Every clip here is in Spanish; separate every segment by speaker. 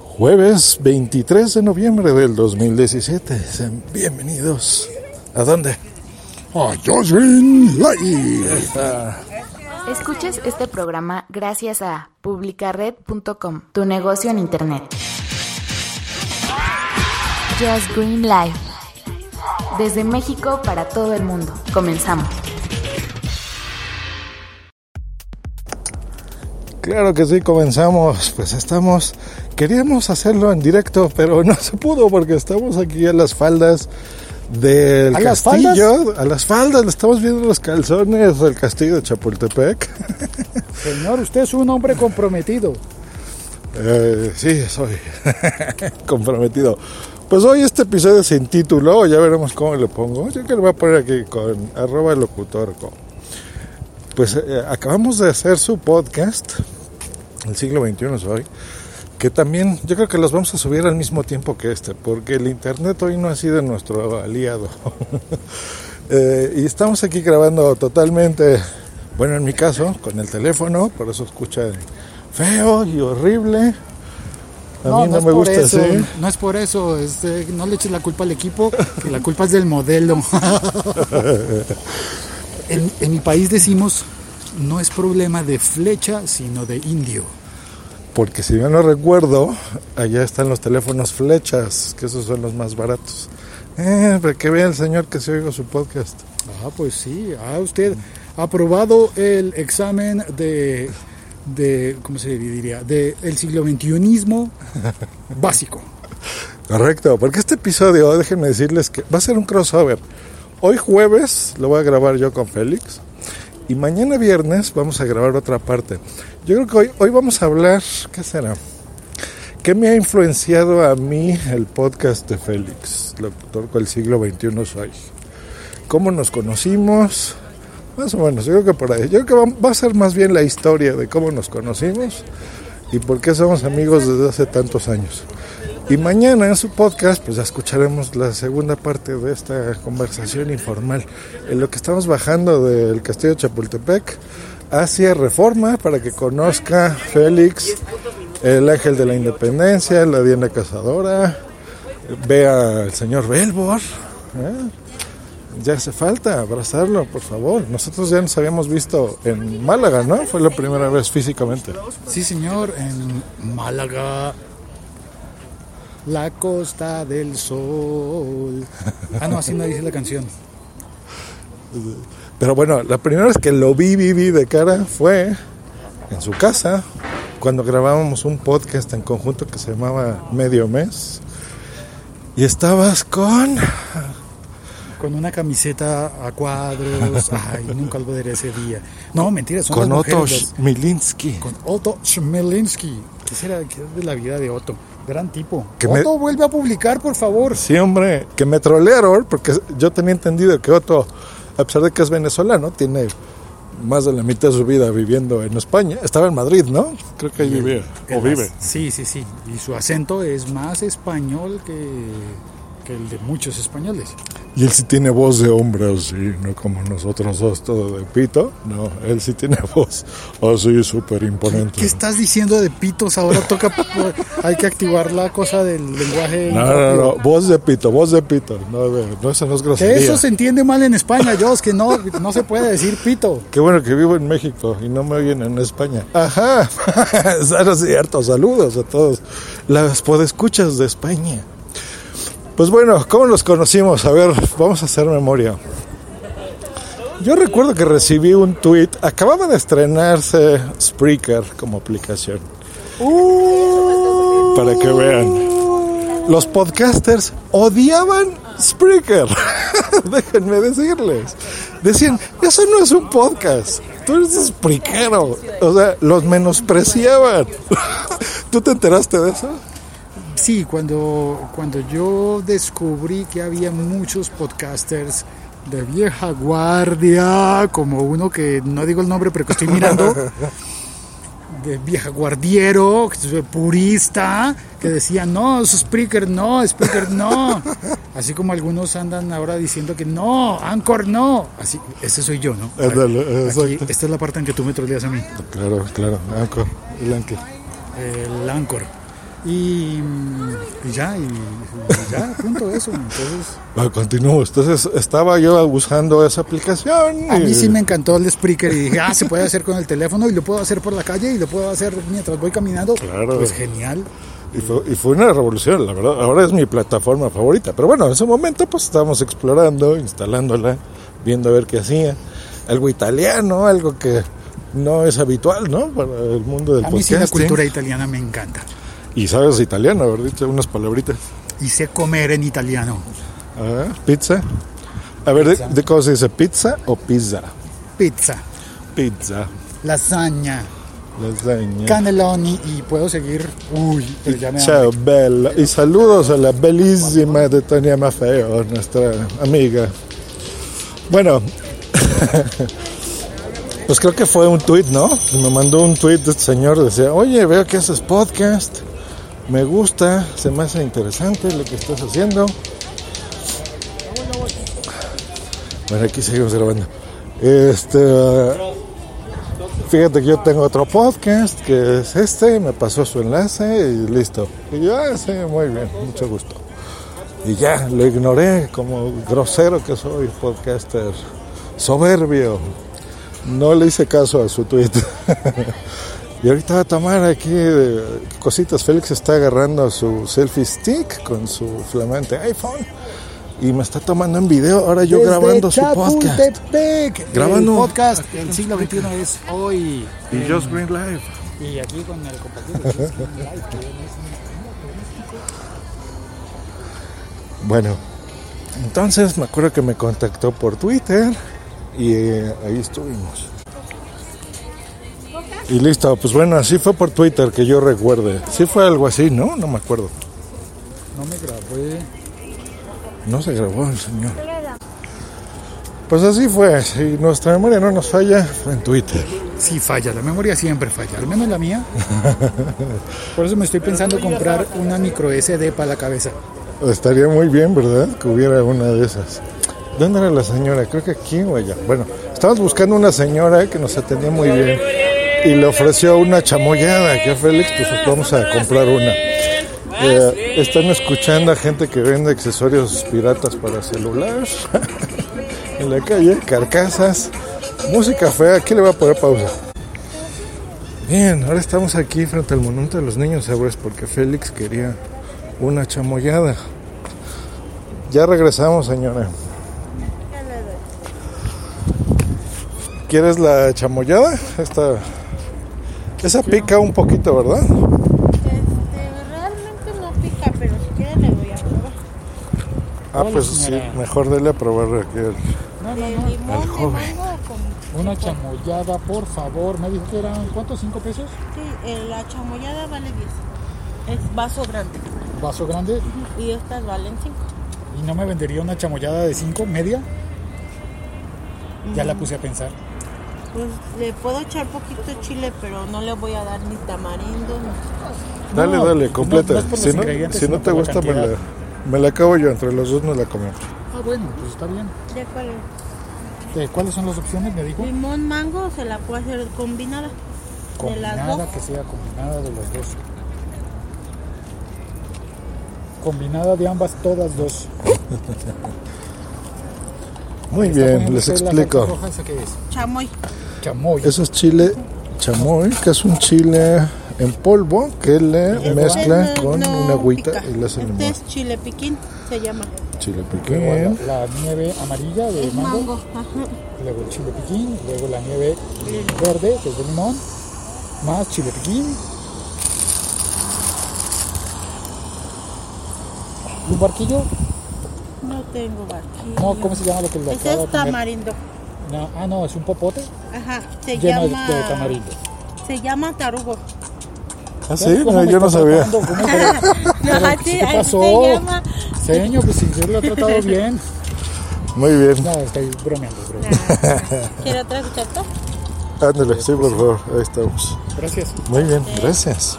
Speaker 1: Jueves 23 de noviembre del 2017. Sean bienvenidos. ¿A dónde? A Jocelyn Live.
Speaker 2: Escuches este programa gracias a publicared.com, tu negocio en internet. Just Green Life. Desde México para todo el mundo. Comenzamos.
Speaker 1: Claro que sí, comenzamos. Pues estamos. Queríamos hacerlo en directo, pero no se pudo porque estamos aquí a las faldas del
Speaker 3: ¿A las
Speaker 1: castillo. a las faldas, le estamos viendo los calzones del castillo de Chapultepec.
Speaker 3: Señor, usted es un hombre comprometido.
Speaker 1: Eh, sí, soy comprometido. Pues hoy este episodio sin título, ya veremos cómo le pongo. Yo que lo voy a poner aquí con arroba locutorco. Pues eh, acabamos de hacer su podcast, el siglo XXI es hoy, que también yo creo que los vamos a subir al mismo tiempo que este, porque el internet hoy no ha sido nuestro aliado. Eh, y estamos aquí grabando totalmente, bueno, en mi caso, con el teléfono, por eso escuchan feo y horrible. A mí no,
Speaker 3: es
Speaker 1: me
Speaker 3: por
Speaker 1: gusta
Speaker 3: eso,
Speaker 1: así.
Speaker 3: No es por eso, es, eh, no le eches la culpa al equipo, que la culpa es del modelo. en, en mi país decimos, no es problema de flecha, sino de indio.
Speaker 1: Porque si bien no recuerdo, allá están los teléfonos flechas, que esos son los más baratos. Eh, para que vea el señor que se oiga su podcast.
Speaker 3: Ah, pues sí, ah, usted ha aprobado el examen de, de ¿cómo se diría? De el siglo XXIismo básico.
Speaker 1: Correcto, porque este episodio, déjenme decirles que va a ser un crossover. Hoy jueves lo voy a grabar yo con Félix y mañana viernes vamos a grabar otra parte. Yo creo que hoy, hoy vamos a hablar, ¿qué será? ¿Qué me ha influenciado a mí el podcast de Félix, locutor con el siglo XXI soy? ¿Cómo nos conocimos? Más o menos, yo creo que por ahí. Yo creo que va, va a ser más bien la historia de cómo nos conocimos y por qué somos amigos desde hace tantos años. Y mañana en su podcast, pues ya escucharemos la segunda parte de esta conversación informal, en lo que estamos bajando del Castillo de Chapultepec hacia Reforma para que conozca Félix, el Ángel de la Independencia, la Diana Cazadora, vea al señor Belbor. ¿eh? Ya hace falta abrazarlo, por favor. Nosotros ya nos habíamos visto en Málaga, ¿no? Fue la primera vez físicamente.
Speaker 3: Sí, señor, en Málaga. La costa del sol. Ah, no, así no dice la canción.
Speaker 1: Pero bueno, la primera vez que lo vi, vi, vi de cara fue en su casa, cuando grabábamos un podcast en conjunto que se llamaba Medio Mes. Y estabas con...
Speaker 3: Con una camiseta a cuadros. Ay, nunca olvidaré ese día. No, mentira, son
Speaker 1: Con
Speaker 3: las
Speaker 1: Otto
Speaker 3: mujeres, las-
Speaker 1: Milinsky.
Speaker 3: Con Otto Schmelinski. ¿Qué será qué es de la vida de Otto? Gran tipo.
Speaker 1: Que me-
Speaker 3: Otto, vuelve a publicar, por favor.
Speaker 1: Sí, hombre, que me trolearon, porque yo tenía entendido que Otto, a pesar de que es venezolano, tiene más de la mitad de su vida viviendo en España. Estaba en Madrid, ¿no? Creo que ahí vivía, o
Speaker 3: El
Speaker 1: vive.
Speaker 3: más- Sí, sí, sí. Y su acento es más español que, que el de muchos españoles.
Speaker 1: Y él sí tiene voz de hombre así, no como nosotros dos todo de pito. No, él sí tiene voz así súper imponente.
Speaker 3: ¿Qué estás diciendo de pitos? Ahora toca. Hay que activar la cosa del lenguaje.
Speaker 1: No, no, no, voz de pito, voz de pito. No, de- no eso no es
Speaker 3: Que
Speaker 1: grosería.
Speaker 3: eso se entiende mal en España, yo es que no, no se puede decir pito.
Speaker 1: Qué bueno que vivo en México y no me oyen en España. Ajá, eso es cierto. Saludos a todos las podescuchas de España. Pues bueno, ¿cómo nos conocimos? A ver, vamos a hacer memoria. Yo recuerdo que recibí un tweet. Acababa de estrenarse Spreaker como aplicación. Para que vean. Los podcasters odiaban Spreaker. Déjenme decirles. Decían, eso no es un podcast. Tú eres Spreakero. O sea, los menospreciaban. ¿Tú te enteraste de eso?
Speaker 3: Sí, cuando, cuando yo descubrí que había muchos podcasters de vieja guardia, como uno que no digo el nombre, pero que estoy mirando, de vieja guardiero, de purista, que decía, no, eso es Spreaker no, Spreaker no. Así como algunos andan ahora diciendo que no, Anchor no. Así, ese soy yo, ¿no?
Speaker 1: Ándale,
Speaker 3: Aquí,
Speaker 1: exacto. Ah,
Speaker 3: esta es la parte en que tú me troleas a mí.
Speaker 1: Claro, claro. Anco, el Anco.
Speaker 3: El Anchor. Y, y ya, y, y ya, punto eso. Entonces,
Speaker 1: Bueno, continuamos. Ah, Entonces estaba yo usando esa aplicación.
Speaker 3: a mí
Speaker 1: y-
Speaker 3: sí me encantó el Spreaker y dije, ah, se puede hacer con el teléfono y lo puedo hacer por la calle y lo puedo hacer mientras voy caminando.
Speaker 1: Claro.
Speaker 3: Pues genial.
Speaker 1: Y fue, y fue una revolución, la verdad. Ahora es mi plataforma favorita. Pero bueno, en ese momento pues estábamos explorando, instalándola, viendo a ver qué hacía. Algo italiano, algo que no es habitual, ¿no? Para el ¿eh? mundo del
Speaker 3: A mí sí
Speaker 1: podcasting.
Speaker 3: la cultura italiana me encanta.
Speaker 1: Y sabes italiano, haber dicho unas palabritas.
Speaker 3: Y sé comer en italiano.
Speaker 1: Ah, pizza. A ver, ¿de, de cómo se dice? ¿Pizza o pizza?
Speaker 3: Pizza,
Speaker 1: Pizza.
Speaker 3: lasaña,
Speaker 1: Lasaña.
Speaker 3: cannelloni y puedo seguir. Uy, pero ya me da-
Speaker 1: Ciao, bella. Y saludos a la bellísima de Tania Mafeo, nuestra amiga. Bueno, pues creo que fue un tweet, ¿no? Me mandó un tweet de este señor, decía, oye, veo que haces podcast, me gusta, se me hace interesante lo que estás haciendo. Bueno, aquí seguimos grabando. Este, fíjate que yo tengo otro podcast que es este, me pasó su enlace y listo. Y yo, ah, sí, muy bien, mucho gusto. Y ya, lo ignoré como grosero que soy, podcaster soberbio. No le hice caso a su tweet. y ahorita va a tomar aquí eh, cositas. Félix está agarrando su selfie stick con su flamante iPhone y me está tomando en video. Ahora yo
Speaker 3: Desde
Speaker 1: grabando su podcast.
Speaker 3: Chapultepec,
Speaker 1: Grabando.
Speaker 3: El podcast del siglo XXI es hoy.
Speaker 1: Y Just Green Live.
Speaker 3: Y aquí con el compañero.
Speaker 1: Bueno, entonces me acuerdo que me contactó por Twitter y eh, ahí estuvimos. Y listo, pues bueno, así fue por Twitter que yo recuerde. Sí fue algo así, ¿no? No me acuerdo.
Speaker 3: No me grabé.
Speaker 1: No se grabó el señor. Pues así fue, si nuestra memoria no nos falla, fue en Twitter.
Speaker 3: Sí, falla, la memoria siempre falla, al menos la mía. Por eso me estoy pensando comprar una micro SD para la cabeza.
Speaker 1: Estaría muy bien, ¿verdad? Que hubiera una de esas. ¿Dónde era la señora? Creo que aquí o allá. Bueno, estábamos buscando una señora eh, que nos atendía muy bien y le ofreció una chamoyada. Que a Félix, pues vamos a comprar una. Eh, están escuchando a gente que vende accesorios piratas para celular en la calle, carcasas, música fea. Aquí le voy a poner pausa. Bien, ahora estamos aquí frente al monumento de los niños héroes porque Félix quería una chamoyada. Ya regresamos, señora. ¿Quieres la chamoyada? Esta esa pica un poquito, ¿verdad?
Speaker 4: Este, realmente no pica, pero si quiere le voy a probar.
Speaker 1: Ah, pues sí, mejor dele a probar aquí.
Speaker 4: De limón, de mango, con,
Speaker 3: Una chamoyada, por favor. Me dijo que eran, ¿cuántos? ¿Cinco pesos?
Speaker 4: sí, eh, la chamoyada vale 10. Es vaso grande.
Speaker 3: Vaso grande.
Speaker 4: Y estas valen 5.
Speaker 3: ¿Y no me vendería una chamoyada de cinco, media? Ya la puse a pensar.
Speaker 4: Pues le puedo echar poquito chile, pero no le voy a dar ni tamarindo. ni-
Speaker 1: Dale,
Speaker 3: No,
Speaker 1: dale,
Speaker 3: pues no,
Speaker 1: completa.
Speaker 3: no es por los
Speaker 1: si, no,
Speaker 3: ingredientes,
Speaker 1: si no
Speaker 3: sino
Speaker 1: te
Speaker 3: por la
Speaker 1: gusta, me la,
Speaker 3: cantidad.
Speaker 1: me la acabo yo. Entre los dos nos la comemos.
Speaker 3: Ah, bueno, pues está bien.
Speaker 4: ¿De cuál es?
Speaker 3: Eh, ¿Cuáles son las opciones? Me dijo.
Speaker 4: Limón, mango, se la puedo hacer combinada. De las dos.
Speaker 3: Combinada, que sea combinada de los dos. Combinada de ambas, todas dos.
Speaker 1: Muy
Speaker 3: Está
Speaker 1: bien,
Speaker 3: poniendo
Speaker 1: les
Speaker 3: usted la salsa
Speaker 1: explico.
Speaker 3: roja, ¿esa qué es?
Speaker 4: Chamoy.
Speaker 3: Chamoy.
Speaker 1: Eso es chile chamoy, que es un chile en polvo que le mezcla
Speaker 4: Este no-
Speaker 1: con
Speaker 4: no
Speaker 1: una agüita
Speaker 4: pica.
Speaker 1: y le hace limón.
Speaker 4: Este es chile piquín, se llama.
Speaker 1: Chile
Speaker 3: Luego
Speaker 1: piquín.
Speaker 3: la, la nieve amarilla de
Speaker 4: Es
Speaker 3: mango,
Speaker 4: mango. Ajá.
Speaker 3: luego el chile piquín, luego la nieve verde que es de limón, más chile piquín. ¿Y un barquillo?
Speaker 4: No tengo barquillo.
Speaker 3: No, ¿cómo se llama lo que lo
Speaker 4: Este
Speaker 3: acaba de
Speaker 4: es
Speaker 3: comer?
Speaker 4: tamarindo.
Speaker 3: No, ah, no, es un popote
Speaker 4: Ajá, se
Speaker 3: lleno de-
Speaker 4: llama.
Speaker 3: de tamarindo.
Speaker 4: Se llama tarugo.
Speaker 1: Ah, sí,
Speaker 3: ¿Cómo
Speaker 1: no,
Speaker 3: me
Speaker 1: yo no
Speaker 3: está
Speaker 1: sabía.
Speaker 3: tratando? ¿Cómo me-
Speaker 4: No, así,
Speaker 3: ¿Qué
Speaker 4: así
Speaker 3: pasó?
Speaker 4: se llama.
Speaker 3: Señor, pues si yo lo he tratado bien.
Speaker 1: Muy bien.
Speaker 3: No, estoy bromeando, bro.
Speaker 4: ¿Quiere otra cuchara?
Speaker 1: Ándale, sí, por favor, ahí estamos.
Speaker 3: Gracias.
Speaker 1: Muy bien, gracias.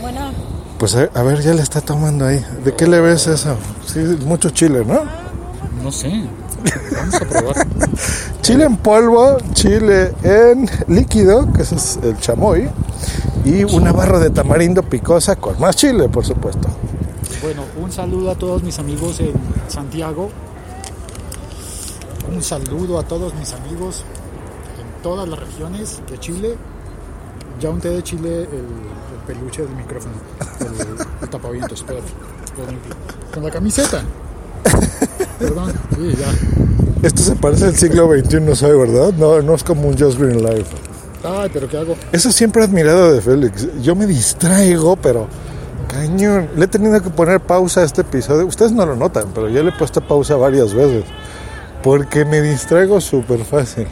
Speaker 4: Bueno,
Speaker 1: Pues a, a ver, ya le está tomando ahí. ¿De qué le ves eso? Sí, mucho chile, ¿no?
Speaker 3: No sé. Vamos a probar.
Speaker 1: Chile en polvo, chile en líquido, que ese es el chamoy, y una barra de tamarindo picosa con más chile, por supuesto.
Speaker 3: Bueno, un saludo a todos mis amigos en Santiago. Un saludo a todos mis amigos en todas las regiones de Chile. Ya un té de Chile el, el peluche del micrófono, el, el tapavientos, espérate. lo limpio. Con la camiseta. Perdón, sí, ya.
Speaker 1: Esto Este se parece al siglo XXI, ¿sabe, verdad? No, no es como un Just Green Life.
Speaker 3: Ay, pero ¿qué hago?
Speaker 1: Eso siempre he admirado de Félix. Yo me distraigo, pero cañón. Le he tenido que poner pausa a este episodio. Ustedes no lo notan, pero yo le he puesto pausa varias veces. Porque me distraigo súper fácil.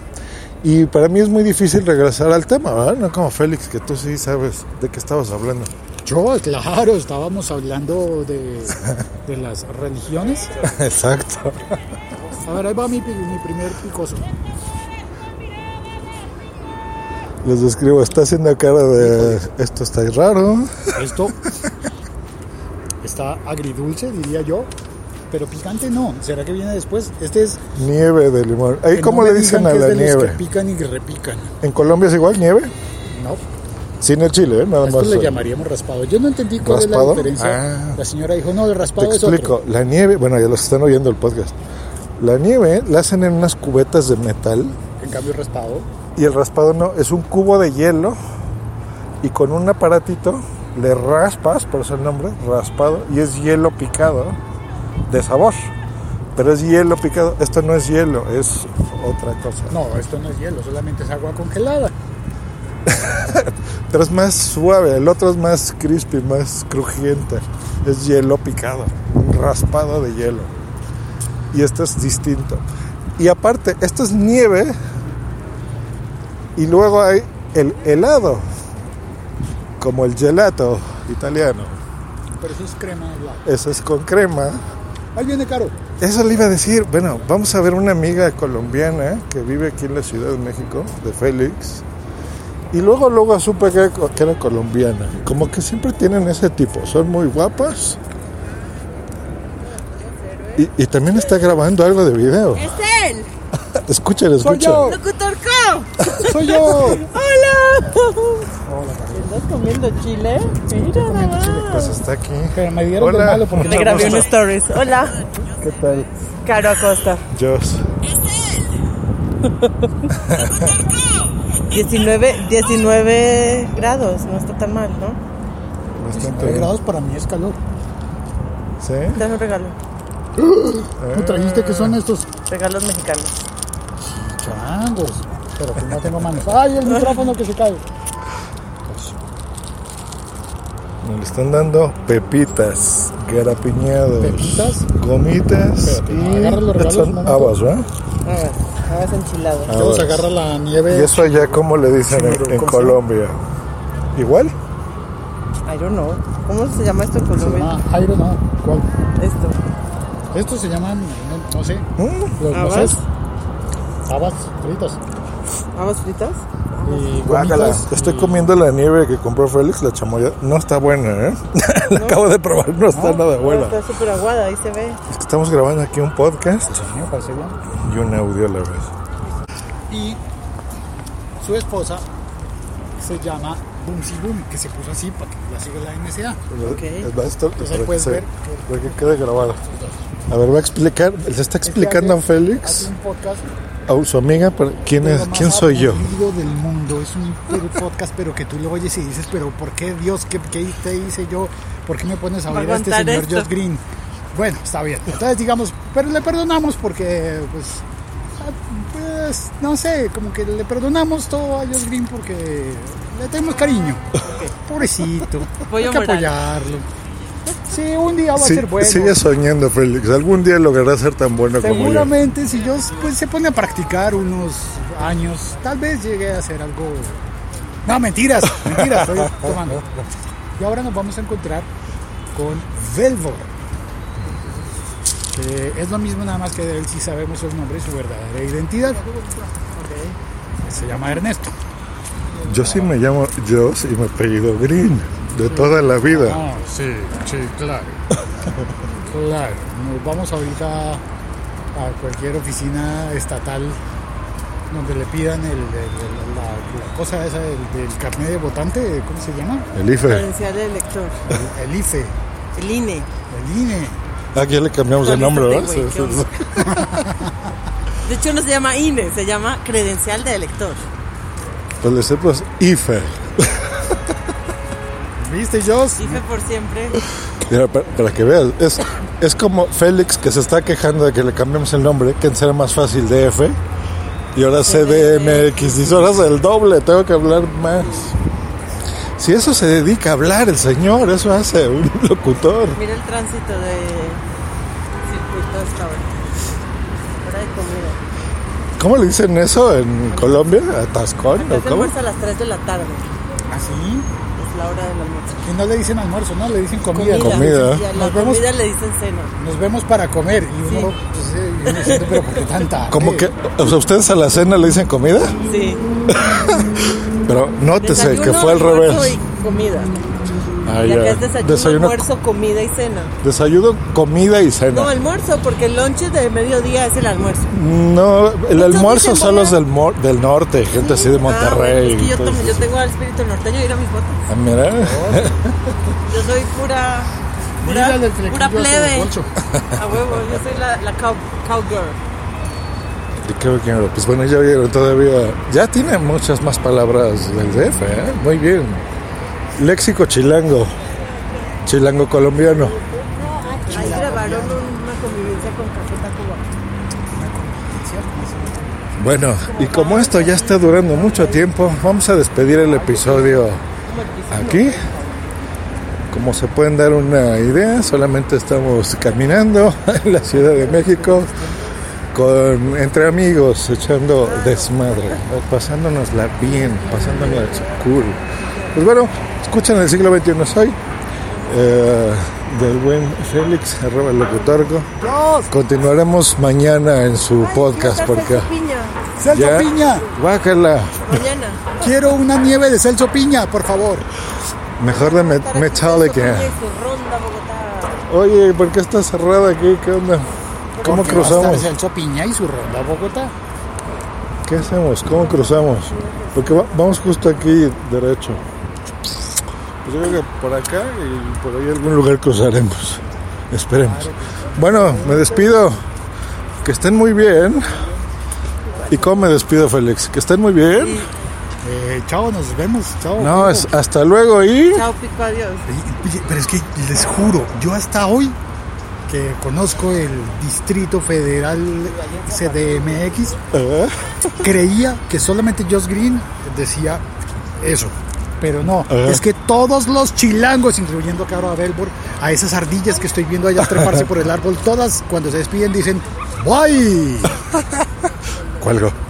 Speaker 1: Y para mí es muy difícil regresar al tema, ¿verdad? No como Félix, que tú sí sabes de qué estabas hablando.
Speaker 3: Yo, claro, estábamos hablando de, de las religiones.
Speaker 1: Exacto.
Speaker 3: A ver, ahí va mi, pi- mi primer picoso.
Speaker 1: Les describo, está haciendo cara de esto está raro.
Speaker 3: Esto está agridulce, diría yo. Pero picante no. ¿Será que viene después? Este es.
Speaker 1: Nieve de limón. Ahí
Speaker 3: que
Speaker 1: cómo
Speaker 3: no
Speaker 1: le
Speaker 3: me
Speaker 1: dicen a
Speaker 3: digan que
Speaker 1: la
Speaker 3: es de los
Speaker 1: nieve.
Speaker 3: que pican y que repican.
Speaker 1: En Colombia es igual nieve,
Speaker 3: No.
Speaker 1: sin el chile, ¿eh? nada
Speaker 3: A esto
Speaker 1: más.
Speaker 3: le llamaríamos raspado. Yo no entendí cuál
Speaker 1: ¿Raspado?
Speaker 3: es la diferencia.
Speaker 1: Ah.
Speaker 3: La señora dijo, no, el
Speaker 1: Te
Speaker 3: raspado es otro.
Speaker 1: explico, la nieve, bueno, ya los que están oyendo el podcast. La nieve la hacen en unas cubetas de metal
Speaker 3: En cambio, el raspado.
Speaker 1: y el raspado no, es un cubo de hielo y con un aparatito le raspas, por eso el nombre, raspado, y es hielo picado de sabor. Pero es hielo picado, esto no es hielo, es otra cosa.
Speaker 3: No, esto no es hielo, solamente es agua congelada.
Speaker 1: Pero es más suave, el otro es más crispy, más crujiente. Es hielo picado, un raspado de hielo. Y este es distinto. Y aparte, esto es nieve. Y luego hay el helado, como el gelato italiano.
Speaker 3: Pero eso es crema de helado.
Speaker 1: Ese es con crema.
Speaker 3: Ahí viene Caro.
Speaker 1: Eso le iba a decir, bueno, vamos a ver una amiga colombiana que vive aquí en la Ciudad de México, de Félix. Y luego, luego supe que, que era colombiana. Como que siempre tienen ese tipo, son muy guapas. Y, y también está grabando algo de video.
Speaker 4: ¡Es él!
Speaker 1: Escuchen,
Speaker 3: Soy
Speaker 1: escuchen.
Speaker 3: yo.
Speaker 4: ¡Locutor Co!
Speaker 3: Soy yo.
Speaker 4: ¡Hola! ¿Estás comiendo chile? Mira, nada más.
Speaker 1: Pues está aquí.
Speaker 3: Pero me dieron de
Speaker 1: Hola.
Speaker 3: malo porque
Speaker 1: Le
Speaker 3: no
Speaker 1: grabé
Speaker 3: gusta.
Speaker 1: unos-
Speaker 4: stories. Hola,
Speaker 1: ¿Qué tal?
Speaker 4: Caro Acosta.
Speaker 1: Joss.
Speaker 4: 19, 19 grados, no está tan mal, ¿no?
Speaker 1: Bastante
Speaker 3: Tres
Speaker 1: bien.
Speaker 3: grados para mí es calor.
Speaker 1: ¿Sí?
Speaker 4: Dame un regalo.
Speaker 3: ¿Tú trajiste que son estos
Speaker 4: Regalos mexicanos.
Speaker 3: changos? Pero que no tengo manos. ¡Ay, el micrófono que se cae!
Speaker 1: Nos le están dando pepitas, garapiñados,
Speaker 3: ¿Pepitas?
Speaker 1: gomitas
Speaker 3: Espérate, agarra los
Speaker 1: y
Speaker 3: regalos un
Speaker 1: son
Speaker 3: momento.
Speaker 1: habas, ¿verdad?
Speaker 4: Ahora, ahora Ah, es enchilado.
Speaker 3: Luego se agarra la nieve.
Speaker 1: Ah, ¿Y eso allá cómo le dicen en- en,
Speaker 3: ¿Cómo se llama?
Speaker 1: Colombia? ¿Igual?
Speaker 4: I don't know. ¿Cómo se llama esto en
Speaker 3: Se
Speaker 4: Colombia?
Speaker 3: llama Ah, Jairo, no. ¿Cuál?
Speaker 4: Esto.
Speaker 3: Estos se llaman, no, no sé,
Speaker 1: Mm,
Speaker 3: los
Speaker 4: ¿Habas?
Speaker 3: mozas, habas fritas
Speaker 4: ¿Habas fritas?
Speaker 3: y
Speaker 1: guácala.
Speaker 3: gomitas.
Speaker 1: Estoy comiendo la nieve que compró Félix, la chamoya. No está buena, ¿eh? la acabo de probar, no está nada
Speaker 4: Ahora
Speaker 1: buena.
Speaker 4: está súper aguada, ahí se ve.
Speaker 1: Es que Estamos grabando aquí un podcast
Speaker 3: Me parece bien.
Speaker 1: y un audio a la vez.
Speaker 3: Y su esposa se llama Bumsy Boom, que se puso así para que la siga la NSA.
Speaker 4: Ok.
Speaker 1: Es más, esto- para
Speaker 3: Entonces,
Speaker 1: que,
Speaker 3: Pues puedes
Speaker 1: se-
Speaker 3: ver
Speaker 1: para que quede grabado. A ver, va a explicar, le
Speaker 3: Este
Speaker 1: está explicando a
Speaker 3: hace- Hace
Speaker 1: Félix,
Speaker 3: un podcast.
Speaker 1: a su amiga, para- quién,
Speaker 3: de lo
Speaker 1: es,
Speaker 3: más
Speaker 1: quién soy yo.
Speaker 3: aburrido del mundo. Es un pero podcast, pero que tú lo oyes y dices, pero ¿por qué Dios? ¿Qué, qué te hice yo? ¿Por qué me pones a
Speaker 4: Para
Speaker 3: oír a este
Speaker 4: aguantar
Speaker 3: señor
Speaker 4: esto.
Speaker 3: Josh Green? Bueno, está bien. Entonces digamos, pero le perdonamos porque, pues, ah, pues, no sé, como que le perdonamos todo a Josh Green porque le tenemos cariño. Pobrecito.
Speaker 4: Voy a
Speaker 3: Hay que
Speaker 4: morar.
Speaker 3: apoyarlo. Sí, un día va a
Speaker 1: Sí,
Speaker 3: ser bueno.
Speaker 1: sigue soñando, Félix. Algún día logrará ser tan bueno como yo.
Speaker 3: Seguramente si yo pues, se pone a practicar unos años, tal vez llegue a hacer algo. No, mentiras, mentiras, estoy tomando. Y ahora nos vamos a encontrar con Velvor. Que es lo mismo nada más que de él si sabemos el nombre y su verdadera identidad. Se llama Ernesto.
Speaker 1: Yo sí me llamo Joss y me apellido Green, de toda la vida.
Speaker 3: Ah, sí, sí, claro. claro, nos vamos ahorita a cualquier oficina estatal donde le pidan el, el- el- la, la cosa esa del, del carnet de votante, ¿cómo se llama?
Speaker 1: El IFE.
Speaker 4: Credencial del elector.
Speaker 3: El, el IFE,
Speaker 4: El INE.
Speaker 3: el E, INE.
Speaker 1: Aquí Ah, ya le cambiamos el nombre, ¿verdad?
Speaker 4: Güey,
Speaker 1: Sí,
Speaker 4: qué
Speaker 1: sí, sí.
Speaker 4: De hecho no se llama INE, se llama credencial de elector.
Speaker 1: Pues le sepas IFE.
Speaker 3: ¿Viste, Joss?
Speaker 4: IFE por siempre.
Speaker 1: Mira, pa- para, que veas, es, es como Félix que se está quejando de que le cambiamos el nombre, que antes era más fácil DF, y ahora CDMX, y ahora es el doble, tengo que hablar más. Si eso se dedica a hablar el señor, eso hace un locutor.
Speaker 4: Mira el tránsito de circuitos, cabrón. Hora de comida.
Speaker 1: ¿Cómo le dicen eso en Colombia? ¿Atascón o
Speaker 4: Acá se
Speaker 1: cómo?
Speaker 4: almuerza a las 3 de la tarde.
Speaker 3: ¿Así?
Speaker 4: Es la hora del almuerzo.
Speaker 3: Y Ah, no le dicen almuerzo, no, le dicen comida.
Speaker 1: Comida.
Speaker 4: Y a la
Speaker 3: Nos vemos.
Speaker 4: comida le dicen cena.
Speaker 3: Nos vemos para comer. Y uno, pues, eh, y uno diciendo, pero ¿por qué tan tarde?
Speaker 1: Como que, o sea, ustedes a la cena le dicen comida,
Speaker 4: Sí.
Speaker 1: pero nótese que
Speaker 4: Desayuno,
Speaker 1: fue al
Speaker 4: almuerzo
Speaker 1: revés.
Speaker 4: Y comida.
Speaker 1: Ah,
Speaker 4: Y
Speaker 1: ya.
Speaker 4: acá es desayuno,
Speaker 1: Desayuno,
Speaker 4: almuerzo, comida y cena.
Speaker 1: desayuno, comida y
Speaker 4: No,
Speaker 1: cena.
Speaker 4: almuerzo, porque el lonche de mediodía es el almuerzo.
Speaker 1: No, el almuerzo
Speaker 4: dicen
Speaker 1: son los
Speaker 4: comida.
Speaker 1: del, mor- del norte, gente así de
Speaker 4: Ah, bueno,
Speaker 1: Monterrey.
Speaker 4: es que yo, tomo-
Speaker 1: entonces-
Speaker 4: yo tengo al espíritu norteño y ir a mis botas.
Speaker 1: Ah, mira.
Speaker 4: Yo soy pura.
Speaker 3: Mira
Speaker 4: Pura,
Speaker 3: el del flequillo
Speaker 4: pura
Speaker 3: hasta el
Speaker 4: plebe.
Speaker 3: bolso.
Speaker 4: A huevo, yo soy la, la cow, cowgirl.
Speaker 1: ¿De qué quiero? Pues bueno, ya vieron todavía. Ya tiene muchas más palabras del DF, ¿eh? Muy bien. Léxico chilango. Chilango colombiano.
Speaker 4: Ahí grabaron una convivencia con Café Tacuba.
Speaker 1: Bueno, y como esto ya está durando mucho tiempo, vamos a despedir el episodio aquí. Como se pueden dar una idea, solamente estamos caminando en la Ciudad de México con entre amigos echando desmadre, ¿no? pasándonosla bien, pasándonos cool. Pues bueno, escuchan el siglo XXI soy eh, del buen Félix arroba locutorgo. Continuaremos mañana en su podcast porque
Speaker 4: Piña,
Speaker 3: Celso
Speaker 1: Ya.
Speaker 3: Piña,
Speaker 1: Bájala.
Speaker 4: mañana.
Speaker 3: quiero una nieve de Celso Piña, por favor.
Speaker 1: Mejor de Met-
Speaker 4: Para
Speaker 1: Metallica.
Speaker 4: Piña y su ronda Bogotá.
Speaker 1: Oye, ¿por qué está cerrada aquí? ¿Qué onda? ¿Cómo
Speaker 3: Porque va a
Speaker 1: cruzamos?
Speaker 3: estar Celso Piña y su ronda a Bogotá.
Speaker 1: ¿Qué hacemos? ¿Cómo cruzamos? Porque va- vamos justo aquí derecho. Pues yo creo que por acá y por ahí algún lugar cruzaremos. Esperemos. Bueno, me despido. Que estén muy bien. ¿Y cómo me despido, Félix? Que estén muy bien.
Speaker 3: Eh, chao, nos vemos. Chao.
Speaker 1: No, es hasta luego y...
Speaker 4: Chao, pico, adiós.
Speaker 3: Y- oye, Pero es que les juro, yo hasta hoy que conozco el Distrito Federal CDMX,
Speaker 1: ¿Eh?
Speaker 3: creía que solamente Josh Green decía eso. Pero no, es que todos los chilangos, incluyendo a Caro Belbor, a esas ardillas que estoy viendo allá treparse por el árbol, todas cuando se despiden dicen, ¡Bye!
Speaker 1: Cuelgo.